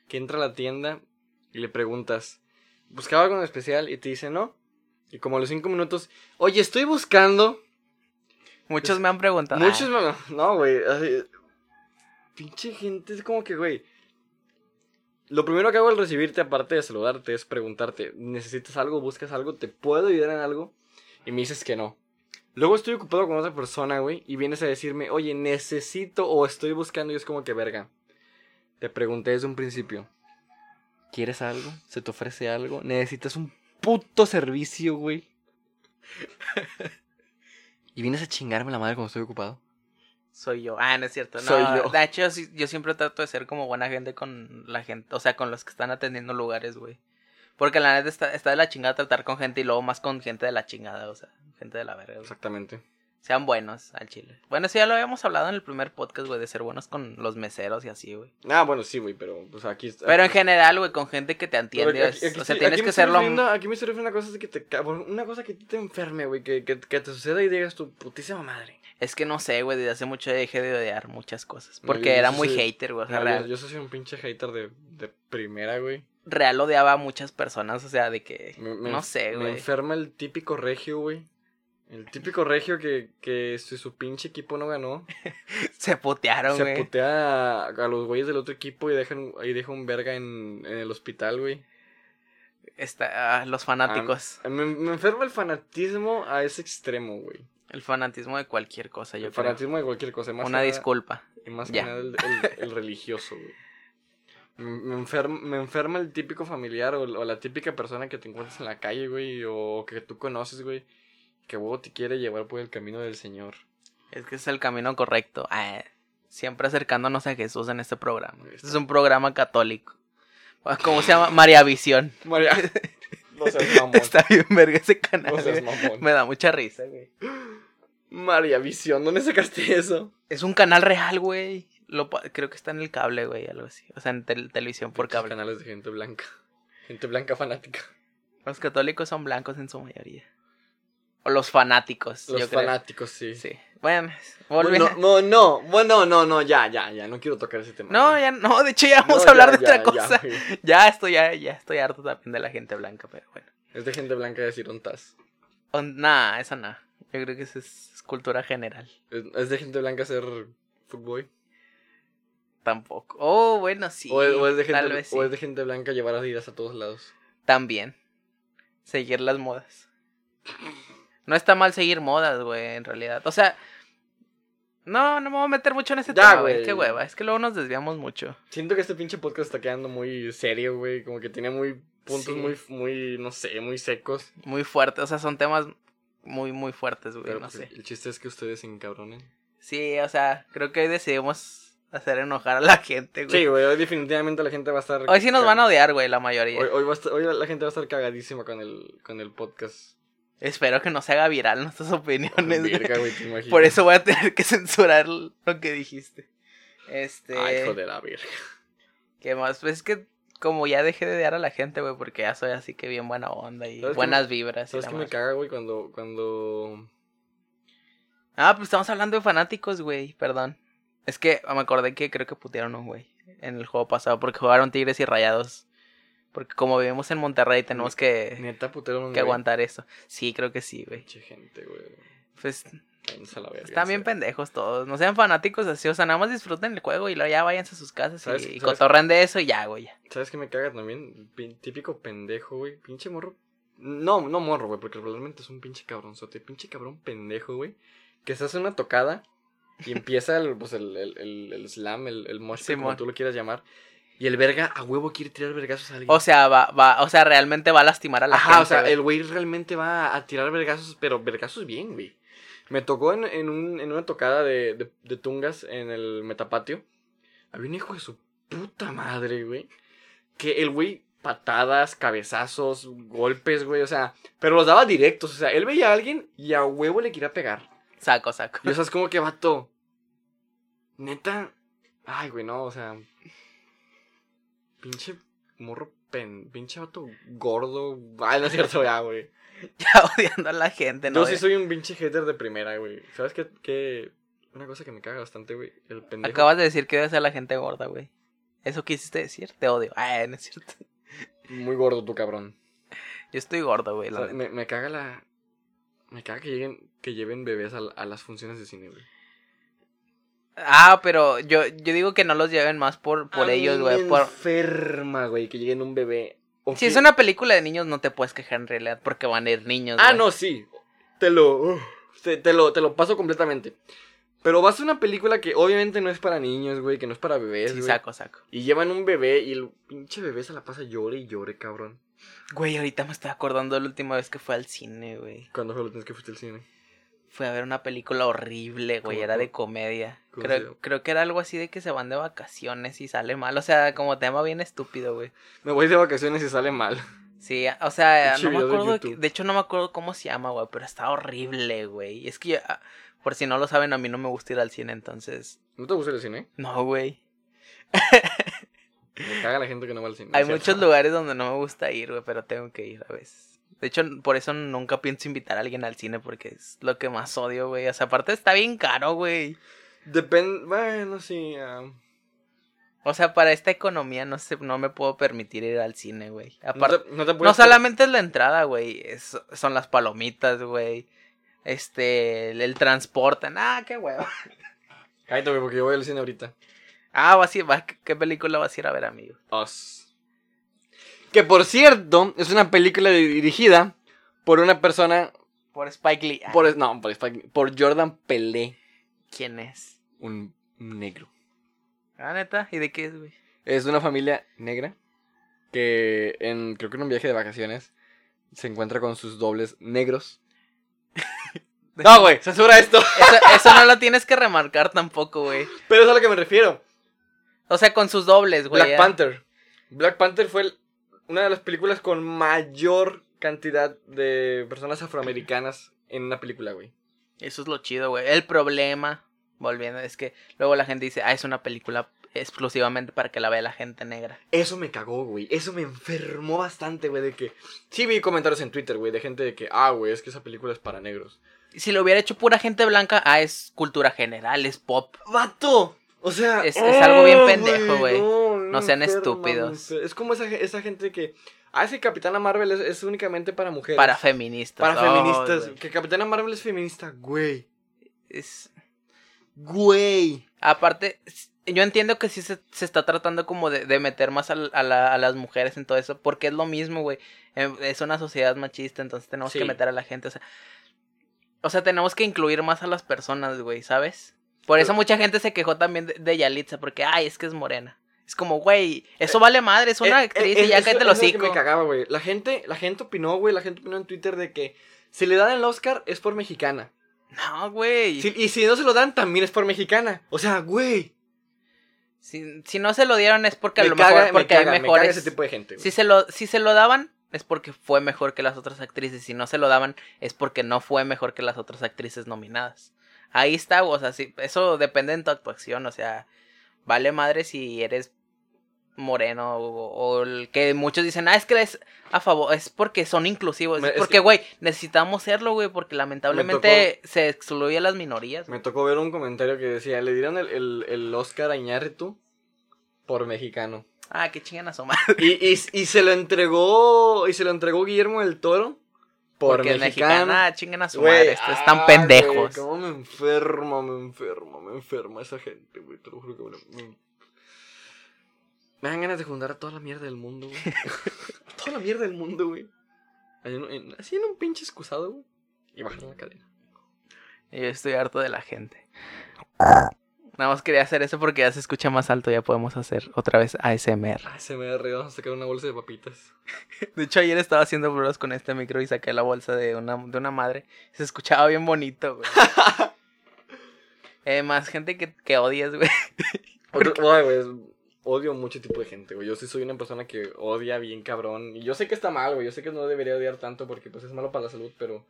A: Que entra a la tienda y le preguntas. ¿Buscaba algo en especial? Y te dice no. Y como a los cinco minutos. Oye, estoy buscando.
B: Muchos me han preguntado.
A: Muchos
B: Ah,
A: me- No, güey. así- Pinche gente, es como que, güey. Lo primero que hago al recibirte, aparte de saludarte, es preguntarte: ¿necesitas algo? ¿Buscas algo? ¿Te puedo ayudar en algo? Y me dices que no. Luego estoy ocupado con otra persona, güey, y vienes a decirme: Oye, necesito o estoy buscando, y es como que verga. Te pregunté desde un principio: ¿Quieres algo? ¿Se te ofrece algo? ¿Necesitas un puto servicio, güey? ¿Y vienes a chingarme la madre cuando estoy ocupado?
B: Soy yo. Ah, no es cierto. No,
A: Soy yo.
B: De hecho, sí- yo siempre trato de ser como buena gente con la gente. O sea, con los que están atendiendo lugares, güey. Porque la neta está, está de la chingada tratar con gente y luego más con gente de la chingada. O sea, gente de la verga. güey.
A: Exactamente.
B: Sean buenos al chile. Bueno, sí, ya lo habíamos hablado en el primer podcast, güey, de ser buenos con los meseros y así, güey.
A: Ah, bueno, sí, güey, pero pues aquí está.
B: Pero en general, güey, con gente que te
A: Pero
B: entiende. es- o sea,
A: estoy-
B: tienes
A: aquí me
B: que
A: estoy
B: serlo.
A: refiriendo- Aquí me estoy refiriendo a cosas de que te cabrón, una cosa que a ti te enferme, güey, que, que, que te suceda y digas tu putísima madre.
B: Es que no sé, güey, desde hace mucho dejé de odiar muchas cosas.
A: No,
B: Porque
A: yo- yo
B: era
A: sí
B: muy
A: soy-
B: hater, güey. O sea,
A: No,
B: real,
A: Ah, yo, yo soy un pinche hater de, de primera, güey.
B: real odiaba a muchas personas, o sea, de que.
A: Me- me
B: no
A: enf-
B: sé,
A: Me
B: güey.
A: enferma el típico regio, güey. El típico regio que, que si su pinche equipo no ganó,
B: Se putearon,
A: se
B: güey.
A: putea a, a los güeyes del otro equipo y, dejan, y deja un verga en, en el hospital, güey.
B: Está- ah, los fanáticos.
A: Me, me enferma el fanatismo a ese extremo, güey.
B: El fanatismo de cualquier cosa, yo
A: El
B: creo.
A: fanatismo de cualquier cosa. Más
B: Una
A: que nada-
B: disculpa.
A: Y más que
B: Ya.
A: nada el, el- el religioso, güey. Me, me enferma, me enferma el típico familiar o, o la típica persona que te encuentras en la calle, güey, o que tú conoces, güey, que huevo te quiere llevar por el camino del Señor.
B: Es que es el camino correcto. Ah, siempre acercándonos a Jesús en este programa.
A: Ahí
B: Este
A: está.
B: es un programa católico. Ah, ¿Cómo se llama? María Visión.
A: María, no seas mamón.
B: Está bien verga ese canal.
A: No seas
B: güey.
A: mamón.
B: Me da mucha risa, güey.
A: María Visión, ¿dónde sacaste eso?
B: Es un canal real, güey. Lo pa- creo que está en el cable, güey, algo así. O sea, en tel- televisión por
A: Pinches
B: cable.
A: canales de gente blanca. Gente blanca fanática.
B: Los católicos son blancos en su mayoría. O los fanáticos,
A: Los
B: yo creo.
A: fanáticos, sí.
B: Sí. Bueno, volviendo.
A: Bueno, no, no, bueno, no, no, ya, ya, ya, no quiero tocar ese tema.
B: No,
A: güey.
B: ya no, de hecho ya
A: No,
B: vamos
A: ya,
B: a hablar de
A: ya,
B: otra cosa.
A: Ya, güey.
B: Ya, estoy ya, ya estoy harto también de la gente blanca, pero bueno.
A: es de gente blanca decir ontas.
B: O- Nah, esa nah. Yo creo que esa es, es cultura general.
A: ¿Es es de gente blanca ser footboy?
B: Tampoco. Oh, bueno, sí.
A: o, es, o es de gente,
B: tal vez sí.
A: ¿O es de gente blanca llevar adidas a todos lados?
B: También. Seguir las modas. No está mal seguir modas, güey, en realidad. O sea, No, no me voy a meter mucho en ese
A: Ya,
B: tema, güey.
A: güey.
B: Qué hueva. Es que luego nos desviamos mucho.
A: Siento que este pinche podcast está quedando muy serio, güey. Como que tiene muy
B: Sí.
A: puntos muy, muy, no sé, muy secos.
B: Muy fuerte. O sea, son temas muy, muy fuertes, güey.
A: Pero
B: No
A: pues,
B: sé.
A: el chiste es que ustedes se encabronen.
B: Sí, o sea, creo que hoy decidimos hacer enojar a la gente, güey.
A: Sí, güey, hoy definitivamente la gente va a estar.
B: hoy sí nos van a
A: cag-
B: odiar, güey, la mayoría.
A: Hoy, hoy va a estar- hoy la gente va a estar cagadísima con el, con el podcast.
B: Espero que no se haga viral nuestras opiniones. güey.
A: Verga, güey, te imaginas.
B: Por eso voy a tener que censurar lo que dijiste. Este.
A: Ay, hijo de la verga.
B: ¿Qué más? Pues es que como ya dejé de odiar a la gente, güey, porque ya soy así que bien buena onda y
A: ¿Sabes qué
B: buenas vibras. y
A: ¿Sabes
B: la
A: qué me
B: madre.
A: caga, güey? Cuando, cuando.
B: Ah, pues estamos hablando de fanáticos, güey, perdón. Es que me acordé que creo que putearon a un güey en el juego pasado porque jugaron Tigres y Rayados. Porque como vivimos en Monterrey tenemos que,
A: Neta putero, no
B: Eh, que aguantar eso. Sí, creo que sí, güey.
A: Pinche gente, güey.
B: Pues
A: Váyanse a la verga.
B: están bien
A: pendejo.
B: pendejos todos. No sean fanáticos así, o sea, nada más disfruten el juego y luego ya váyanse a sus casas
A: ¿Sabes-
B: y, y
A: sabes-
B: cotorren de eso y ya, güey. ya.
A: ¿Sabes qué me caga también? Pin- típico pendejo, güey. Pinche morro. No, no morro, güey, porque realmente es un pinche cabronzote. Pinche cabrón pendejo, güey. Que se hace una tocada y empieza el, pues, el, el, el, el slam, el, el mosh pit, como
B: Simón.
A: tú lo quieras llamar. Y el verga a huevo quiere tirar vergazos a alguien.
B: O sea, va, va, o sea, realmente va a lastimar a la
A: Ajá,
B: gente.
A: o sea,
B: güey.
A: el güey realmente va a tirar vergazos, pero vergazos bien, güey. Me tocó en, en un- en una tocada de, de- de tungas en el metapatio. Había un hijo de su puta madre, güey. Que el güey, patadas, cabezazos, golpes, güey, o sea, pero los daba directos. O sea, él veía a alguien y a huevo le quería pegar.
B: Saco, saco.
A: Y o sea, es como que vato. Neta. Ay, güey, no, o sea. Pinche morro pen. Pinche vato gordo. Ay, no es cierto, ya, güey.
B: Ya odiando a la gente, ¿no? eh.
A: Yo sí
B: De-
A: soy un pinche hater de primera, güey. ¿Sabes qué? qué? Una cosa que me caga bastante, güey. El pendejo.
B: Acabas de decir que odias a la gente gorda, güey. ¿Eso quisiste decir? Te odio. Ah, no es cierto.
A: Muy gordo, tu cabrón.
B: Yo estoy gordo, güey.
A: O
B: la
A: sea,
B: neta.
A: me, me caga la. Me caga que, lleguen, que lleven bebés a, la- a las funciones de cine, güey.
B: Ah, pero yo, yo digo que no los lleven más por, por
A: A
B: ellos,
A: mí
B: güey.
A: me
B: Por...
A: enferma, güey, que lleguen un bebé. O
B: Si
A: que-
B: es una película de niños, no te puedes quejar en realidad porque van a ir niños.
A: Ah,
B: güey.
A: no, sí. Te lo, uf, te, te lo. Te lo paso completamente. Pero vas a una película que obviamente no es para niños, güey, que no es para bebés,
B: Sí,
A: güey.
B: saco, saco.
A: Y llevan un bebé y el pinche bebé se la pasa llore y llore, cabrón.
B: Güey, ahorita me estoy acordando de la última vez que fue al cine, güey.
A: Cuando fue la última vez que fuiste al cine?
B: Fue a ver una película horrible, güey.
A: ¿Cómo-
B: Era de
A: cómo-
B: comedia.
A: cómo se llama?
B: Creo, creo que era algo así de que se van de vacaciones y sale mal. O sea, como tema bien estúpido, güey.
A: Me voy de vacaciones y sale mal.
B: Sí, o sea, no
A: Pinche
B: me
A: video de
B: acuerdo. que-
A: YouTube.
B: de hecho, no me acuerdo cómo se llama, güey, pero está horrible, güey. Y es que, yo, ah, por si no lo saben, a mí no me gusta ir al cine, entonces.
A: ¿No te gusta el cine?
B: No, güey.
A: Me caga la gente que no va al cine.
B: Hay
A: es cierto.
B: muchos lugares donde no me gusta ir, güey, pero tengo que ir a veces. De hecho, por eso nunca pienso invitar a alguien al cine, porque es lo que más odio, güey. O sea, aparte está bien caro, güey.
A: Depende. Bueno, sí. ah,
B: O sea, para esta economía no sé, no me puedo permitir ir al cine, güey.
A: no, pues.
B: Aparte,
A: te, no te
B: No
A: puedes-
B: solamente es la entrada, güey. es- son las palomitas, güey. Este, el, el transporte. Nah, qué hueva.
A: Cállate, güey, porque yo voy al cine ahorita.
B: Ah, vas a ir, va- ¿qué película vas a ir a ver, amigo?
A: Us. Que por cierto, es una película dirigida por una persona.
B: Por Spike Lee. Ah,
A: Por, no, por, Spike- por Jordan Pelé,
B: ¿Quién es?
A: un un negro.
B: Ah, neta. ¿Y de qué es, güey?
A: Es de una familia negra que en creo que en un viaje de vacaciones se encuentra con sus dobles negros. No, güey, censura esto.
B: Eso, eso no lo tienes que remarcar tampoco, güey.
A: Pero es a lo que me refiero.
B: O sea, con sus dobles, güey.
A: Black
B: eh.
A: Panther. Black Panther fue el- una de las películas con mayor cantidad de personas afroamericanas en una película, güey.
B: Eso es lo chido, güey. El problema, volviendo, es que luego la gente dice, ah, es una película exclusivamente para que la vea la gente negra.
A: Eso me cagó, güey. Eso me enfermó bastante, güey. De que. Sí, vi comentarios en Twitter, güey, de gente de que, ah, güey, es que esa película es para negros.
B: Si lo hubiera hecho pura gente blanca, ah, es cultura general, es pop.
A: ¡Vato! O sea. ¡eh,
B: Es- es algo bien pendejo, güey.
A: No,
B: No sean
A: enferma,
B: estúpidos.
A: me enfer- Es como esa, ge- esa gente que. Ah, es que Capitana Marvel es, es únicamente para mujeres.
B: Para feministas.
A: Para
B: Ay,
A: feministas.
B: güey.
A: Que Capitana Marvel es feminista, güey.
B: Es-
A: Güey.
B: Aparte, s- yo entiendo que sí se, se está tratando como de, de meter más al- a, la- a las mujeres en todo eso, porque es lo mismo, güey. Em, Es una sociedad machista, entonces tenemos
A: Sí.
B: que meter a la gente, o sea. O sea, tenemos que incluir más a las personas, güey, ¿sabes? Por eso mucha gente se quejó también de, de Yalitza, porque, ay, es que es morena. Es como, güey, eso vale madre, es una
A: Eh,
B: actriz
A: eh,
B: y ya
A: eso-
B: cállate
A: eso
B: los
A: es lo que
B: hocico.
A: me cagaba, güey. La gente, la gente opinó, güey, la gente opinó en Twitter de que si le dan el Oscar es por mexicana.
B: No, güey.
A: Si- y si no se lo dan, también es por mexicana. O sea, güey.
B: Si, si no se lo dieron es porque a
A: me
B: lo
A: caga-
B: mejor porque
A: me caga,
B: hay
A: me caga
B: mejores.
A: ese tipo de gente. güey.
B: si se lo, si se lo daban, es porque fue mejor que las otras actrices. Si no se lo daban, es porque no fue mejor que las otras actrices nominadas. Ahí está, o sea, sí, eso depende en tu actuación, o sea, vale madre si eres moreno o, o el que muchos dicen, ah, es que es a favor, es porque son inclusivos,
A: Me-
B: es
A: es
B: porque,
A: que-
B: güey, necesitamos serlo, güey, porque lamentablemente se excluye a las minorías.
A: Me tocó ver un comentario que decía, le dieron el, el- el Oscar a Iñárritu por mexicano.
B: Ah, qué chingan a su madre.
A: Y, y, y se lo entregó, y se lo entregó Guillermo del Toro por
B: porque es
A: mexicano.
B: mexicana, ah, chingan a su
A: Güey,
B: madre, est- están
A: ah, güey,
B: pendejos.
A: cómo me enferma, me enferma, me enferma esa gente, güey. Te lo juro que me, lo- me- me dan ganas de juntar a toda la mierda del mundo, güey. toda la mierda del mundo, güey. Ahí en- en- Así en un pinche excusado, güey. Y bajan la cadena.
B: Yo estoy harto de la gente. Nada más quería hacer eso porque ya se escucha más alto, ya podemos hacer otra vez ASMR.
A: Ah, se me ha vamos a sacar una bolsa de papitas.
B: De hecho, ayer estaba haciendo pruebas con este micro y saqué la bolsa de una, de una madre. Se escuchaba bien bonito, güey. Eh, más gente que, que odias, güey.
A: Otro- ay, güey, es- odio mucho este tipo de gente, güey. Yo sí soy una persona que odia bien cabrón. Y yo sé que está mal, güey. Yo sé que no debería odiar tanto porque pues es malo para la salud, pero...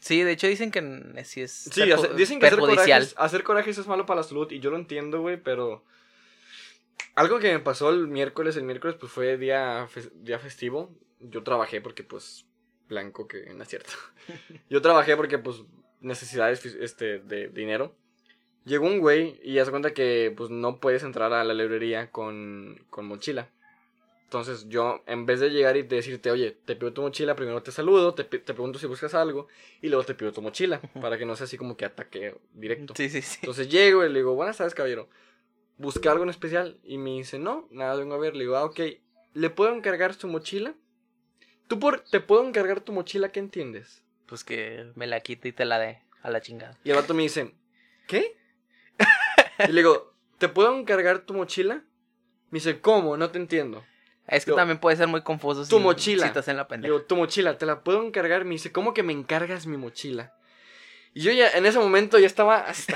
B: Sí, de hecho dicen que n- sí es
A: Sí,
B: perju-
A: hace- dicen que hacer
B: perjudicial.
A: corajes, hacer corajes es malo para la salud y yo lo entiendo, güey, pero... Algo que me pasó el miércoles, el miércoles pues fue día, fes- día festivo. Yo trabajé porque pues blanco que no es cierto. Yo trabajé porque pues necesidades fis- este, de dinero. Llegó un güey y hace cuenta que pues no puedes entrar a la librería con, con mochila. Entonces yo, en vez de llegar y decirte, oye, te pido tu mochila, primero te saludo, te, pi- te pregunto si buscas algo y luego te pido tu mochila
B: Ujú.
A: para que no sea así como que ataque directo.
B: Sí, sí, sí.
A: Entonces llego y le digo, buenas tardes, caballero. ¿Busca algo en especial? Y me dice, no, nada, vengo a ver. Le digo, ah, ok, ¿le puedo encargar su mochila? ¿Tú por, te puedo encargar tu mochila? ¿Qué entiendes?
B: Pues que me la quite y te la dé a la chingada.
A: Y el vato me dice, ¿qué? Y le digo, ¿te puedo encargar tu mochila? Me dice, ¿cómo? No te entiendo.
B: Es que
A: Yo-
B: también puede ser muy confuso
A: Tu
B: si-
A: mochila.
B: si estás en la
A: Le
B: pendeja.
A: digo, tu mochila, ¿te la puedo encargar? Me dice, ¿cómo que me encargas mi mochila? Y yo ya, en ese momento, ya estaba hasta...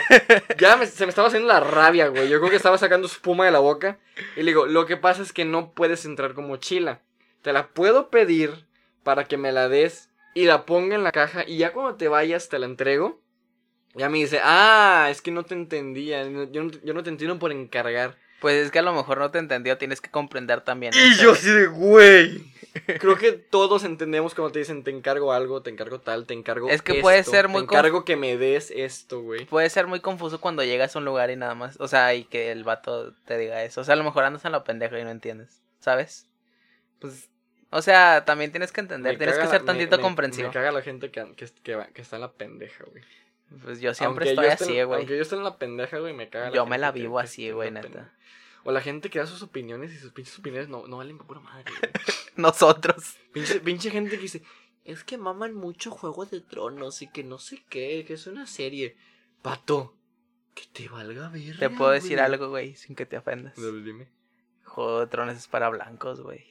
A: ya me- se me estaba haciendo la rabia, güey. Yo creo que estaba sacando espuma de la boca. Y le digo, lo que pasa es que no puedes entrar con mochila. Te la puedo pedir para que me la des y la ponga en la caja. Y ya cuando te vayas, te la entrego. Ya me dice, ah, es que no te entendía. no- Yo no, yo no te entiendo por encargar.
B: Pues es que a lo mejor no te entendió, tienes que comprender también.
A: Y
B: eso,
A: yo
B: güey.
A: así de, güey. Creo que todos entendemos cuando te dicen, te encargo algo, te encargo tal, te encargo
B: Es que puede
A: esto,
B: ser muy
A: Te encargo que me des esto, güey.
B: Puede ser muy confuso cuando llegas a un lugar y nada más, o sea, y que el vato te diga eso. O sea, a lo mejor andas en la pendeja y no entiendes, ¿sabes? Pues, o sea, también tienes que entender,
A: Me
B: tienes que
A: caga
B: ser
A: la-
B: tantito
A: me- me-
B: comprensivo.
A: Me caga la gente que, que, que va- que está en la pendeja, güey.
B: pues yo siempre
A: Aunque yo
B: estoy
A: esté en-
B: así, güey.
A: Aunque yo esté en la pendeja, güey, me caga la
B: Yo me
A: gente
B: la
A: que-
B: vivo
A: que
B: así,
A: esté en
B: güey,
A: la
B: neta.
A: pendeja. O la gente que da sus opiniones y sus pinches opiniones no, no valen pa' pura madre, güey.
B: Nosotros.
A: Pinche, pinche gente que dice, es que maman mucho Juego de Tronos y que no sé qué, que es una serie. Pato, que te valga ver.
B: Te puedo decir algo, güey, sin que te ofendas.
A: Dime.
B: Juego de Tronos es para blancos, güey.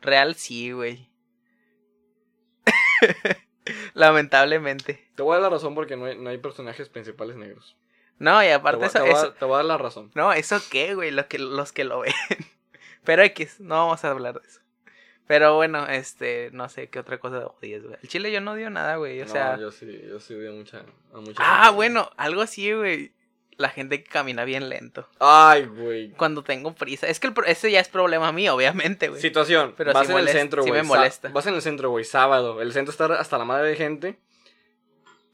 B: Real sí, güey. Lamentablemente.
A: Te voy a dar la razón porque no hay, no hay personajes principales negros.
B: No, y
A: Te
B: aparte
A: voy,
B: eso,
A: te voy a-
B: eso-
A: te voy a dar la razón.
B: No, ¿eso qué, güey? Lo que, los que lo ven. Pero X, no vamos a hablar de eso. Pero bueno, este, no sé qué otra cosa odias, güey. El chile yo no odio nada, güey. O
A: No,
B: sea.
A: yo sí, yo sí odio mucha, a mucha
B: Ah,
A: gente.
B: bueno, algo así, güey. La gente que camina bien lento.
A: Ay, güey.
B: Cuando tengo prisa. Es que el pro- ese ya es problema mío, obviamente, güey.
A: Situación.
B: Pero
A: vas
B: sí
A: en
B: molesta-
A: el centro,
B: sí
A: güey.
B: me
A: sa-
B: molesta.
A: Vas en el centro, güey. Sábado. El centro está hasta la madre de gente.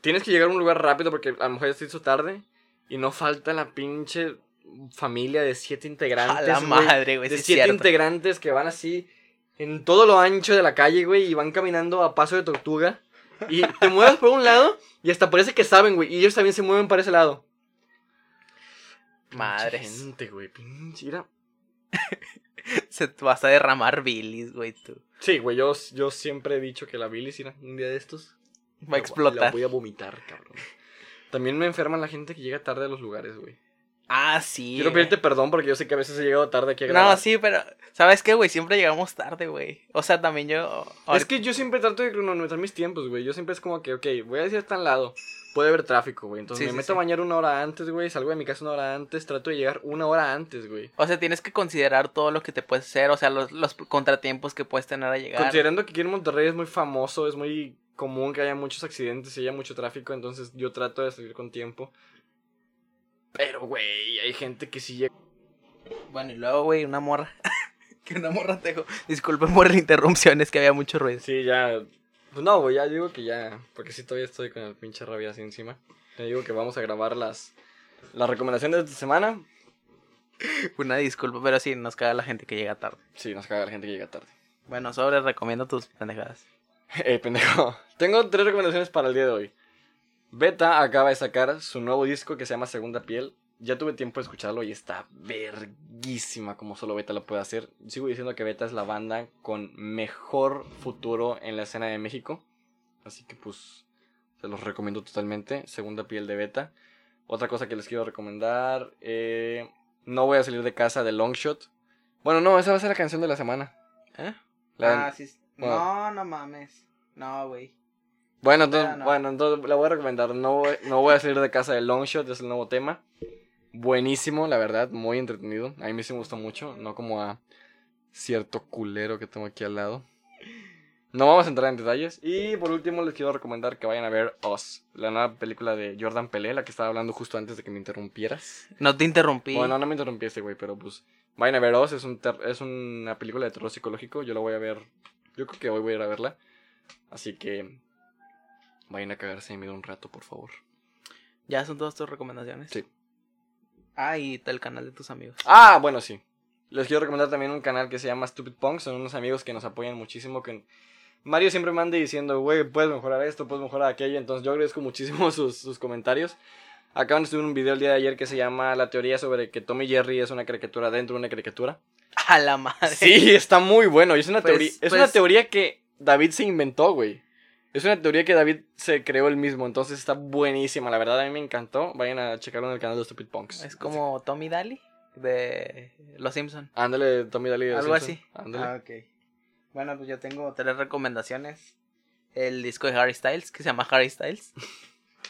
A: Tienes que llegar a un lugar rápido porque a lo mejor ya se hizo tarde. Y no falta la pinche familia de siete integrantes.
B: a la
A: güey,
B: madre, güey.
A: de
B: Sí, es
A: siete
B: cierto.
A: integrantes que van así en todo lo ancho de la calle, güey, y van caminando a paso de tortuga. Y te mueves por un lado y hasta parece que saben, güey, y ellos también se mueven para ese lado.
B: Madres.
A: Pinche gente, güey, pinche. mira.
B: Se te vas a derramar bilis, güey, tú.
A: Sí, güey, yo, yo siempre he dicho que la bilis, mira, un día de
B: Va
A: estos.
B: a
A: la- La
B: explotar.
A: voy a vomitar, cabrón. También me enferma la gente que llega tarde a los lugares, güey.
B: Ah, sí.
A: Quiero
B: güey.
A: pedirte perdón porque yo sé que a veces he llegado tarde aquí a grabar.
B: No, sí, pero ¿sabes qué, güey? Siempre llegamos tarde, güey. O sea, también yo
A: Es que yo siempre trato de cronometrar mis tiempos, güey. Yo siempre es como que, ok, voy a decir hasta al lado. Puede haber tráfico, güey. Entonces
B: Sí,
A: me
B: sí,
A: meto
B: sí.
A: a bañar una hora antes, güey. Salgo de mi casa una hora antes. Trato de llegar una hora antes, güey.
B: O sea, tienes que considerar todo lo que te puedes hacer, o sea, los, los contratiempos que puedes tener a llegar.
A: Considerando que aquí en Monterrey es muy famoso, es muy común que haya muchos accidentes y haya mucho tráfico. Entonces yo trato de salir con tiempo. Pero, güey, hay gente que sí llega.
B: Bueno, y luego, güey, una morra. que una morra te dejó. Disculpen por la interrupción, es que había mucho ruido.
A: Sí, ya. Pues no, güey, ya digo que ya. Porque sí, todavía estoy con el pinche rabia así encima. Ya digo que vamos a grabar las, las recomendaciones de esta semana.
B: Una disculpa, pero sí, nos caga la gente que llega tarde.
A: Sí, nos caga la gente que llega tarde.
B: Bueno, sobre, recomiendo tus pendejadas.
A: Eh, pendejo. Tengo tres recomendaciones para el día de hoy. Beta acaba de sacar su nuevo disco que se llama Segunda Piel. Ya tuve tiempo de escucharlo y está verguísima como solo Beta lo puede hacer. Sigo diciendo que Beta es la banda con mejor futuro en la escena de México. Así que pues se los recomiendo totalmente. Segunda Piel de Beta. Otra cosa que les quiero recomendar. eh, no voy a salir de casa de Longshot. Bueno, no, esa va a ser la canción de la semana.
B: ¿Eh?
A: La-
B: sí.
A: bueno.
B: no mames. No, güey.
A: Bueno, entonces,
B: Ah, no.
A: bueno, entonces la voy a recomendar. No voy, no voy a salir de casa de Longshot, es el nuevo tema. Buenísimo, la verdad, muy entretenido. A mí sí me gustó mucho, no como a cierto culero que tengo aquí al lado. No vamos a entrar en detalles. Y por último, les quiero recomendar que vayan a ver Oz, la nueva película de Jordan Pelé, la que estaba hablando justo antes de que me interrumpieras.
B: No te interrumpí.
A: Bueno, no me interrumpiese, güey, pero pues vayan a ver Oz, es, un ter- es una película de terror psicológico, yo la voy a ver, yo creo que hoy voy a ir a verla, así que vayan a cagarse de miedo un rato, por favor.
B: ¿Ya son todas tus recomendaciones?
A: Sí.
B: Ah, y el canal de tus amigos.
A: Ah, bueno, sí. Les quiero recomendar también un canal que se llama Stupid Punk, son unos amigos que nos apoyan muchísimo, que Mario siempre manda diciendo, güey, puedes mejorar esto, puedes mejorar aquello, entonces yo agradezco muchísimo sus, sus comentarios. Acaban de subir un video el día de ayer que se llama La teoría sobre que Tommy Jerry es una caricatura dentro de una caricatura.
B: A la madre.
A: Sí, está muy bueno. Y es una
B: Pues-
A: teoría. Es
B: pues-
A: una teoría que David se inventó, güey. Es una teoría que David se creó él mismo. Entonces está buenísima. La verdad, a mí me encantó. Vayan a checarlo en el canal de Stupid Punks.
B: Es como Tommy Daly de Los Simpsons.
A: Ándale, Tommy Daly. de
B: Algo
A: Simpson.
B: así.
A: Ándale.
B: Ah, ok. Bueno, pues yo tengo tres recomendaciones. El disco de Harry Styles, que se llama Harry Styles.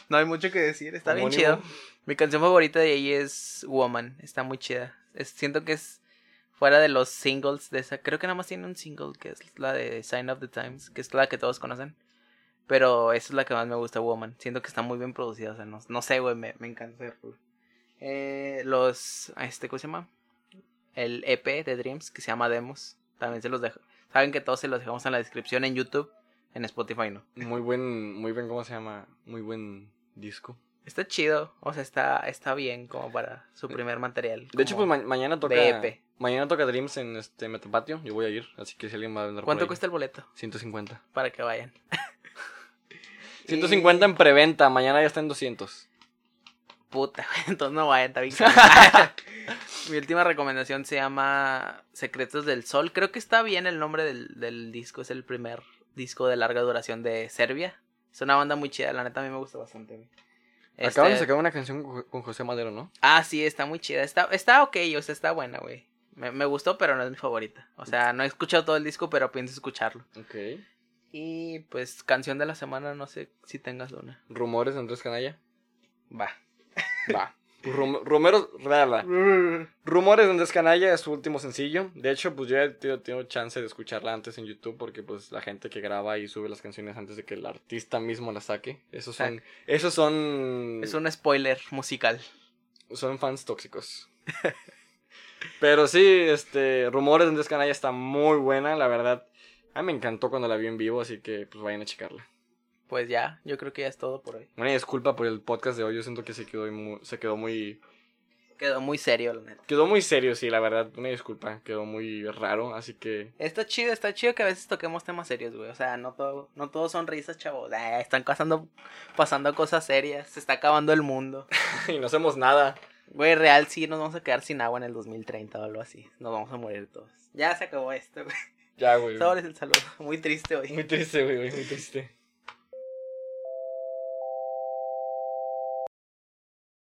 B: No hay mucho que decir, está bien
A: Homónimo.
B: chido. Mi canción favorita de ahí es Woman, está muy chida. Es- siento que es fuera de los singles de esa. Creo que nada más tiene un single, que es la de Sign of the Times, que es la que todos conocen. Pero esa es la que más me gusta, Woman. Siento que está muy bien producida, o sea, no, no sé, güey, me, me encanta esa rola. Eh, los, este, ¿cómo se llama? el EP de Dreams que se llama Demos. También se los dejo. Saben que todos se los dejamos en la descripción en YouTube, en Spotify no.
A: Muy buen, muy buen, ¿cómo se llama? Muy buen disco.
B: Está chido, o sea, está, está bien como para su primer material.
A: De hecho, pues ma- mañana toca.
B: EP.
A: Mañana toca Dreams en este Metapatio. Yo voy a ir. Así que si alguien va a vender. por
B: ¿Cuánto
A: ahí,
B: cuesta el boleto
A: 150.
B: para que vayan?
A: 150 en preventa. Mañana ya está en 200.
B: Puta, güey, entonces no vayan, está bien caro. Mi última recomendación se llama Secretos del Sol. Creo que está bien el nombre del, del disco, es el primer disco de larga duración de Serbia. Es una banda muy chida, la neta a mí me gusta bastante. güey.
A: Acaban de
B: Este-
A: sacar una canción con Jo- con José Madero, ¿no?
B: Ah, sí, está muy chida. Está, está ok, o sea, está buena, güey. Me, me gustó, pero no es mi favorita. O sea, no he escuchado todo el disco, pero pienso escucharlo.
A: Ok.
B: Y pues, canción de la semana, no sé si tengas una.
A: Rumores de Andrés Canalla.
B: Va.
A: Va. Pues Rum- Romero, rala. Rumores de Andrés Canalla es su último sencillo. De hecho, pues yo ya he tenido- tenido chance de escucharla antes en YouTube porque pues la gente que graba y sube las canciones antes de que el artista mismo las saque. Esos son, esos son,
B: Es un spoiler musical.
A: son fans tóxicos. Pero sí, este, Rumores de Andrés Canalla está muy buena, la verdad. A mí me encantó cuando la vi en vivo, así que pues vayan a checarla.
B: Pues ya, yo creo que ya es todo por hoy.
A: Una disculpa por el podcast de hoy, yo siento que se quedó muy- se quedó muy
B: Quedó muy serio, la neta.
A: Quedó muy serio, sí, la verdad. Una disculpa, quedó muy raro, así que.
B: Está chido, está chido que a veces toquemos temas serios, güey. O sea, no todo, no todo son risas, chavos. Ah, están pasando, pasando cosas serias. Se está acabando el mundo.
A: y no hacemos nada.
B: Güey, real, sí, nos vamos a quedar sin agua en el 2030 o algo así. Nos vamos a morir todos. Ya se acabó esto, güey.
A: Ya, güey.
B: Sobres el saludo. Muy triste hoy.
A: Muy triste, güey, güey, muy triste.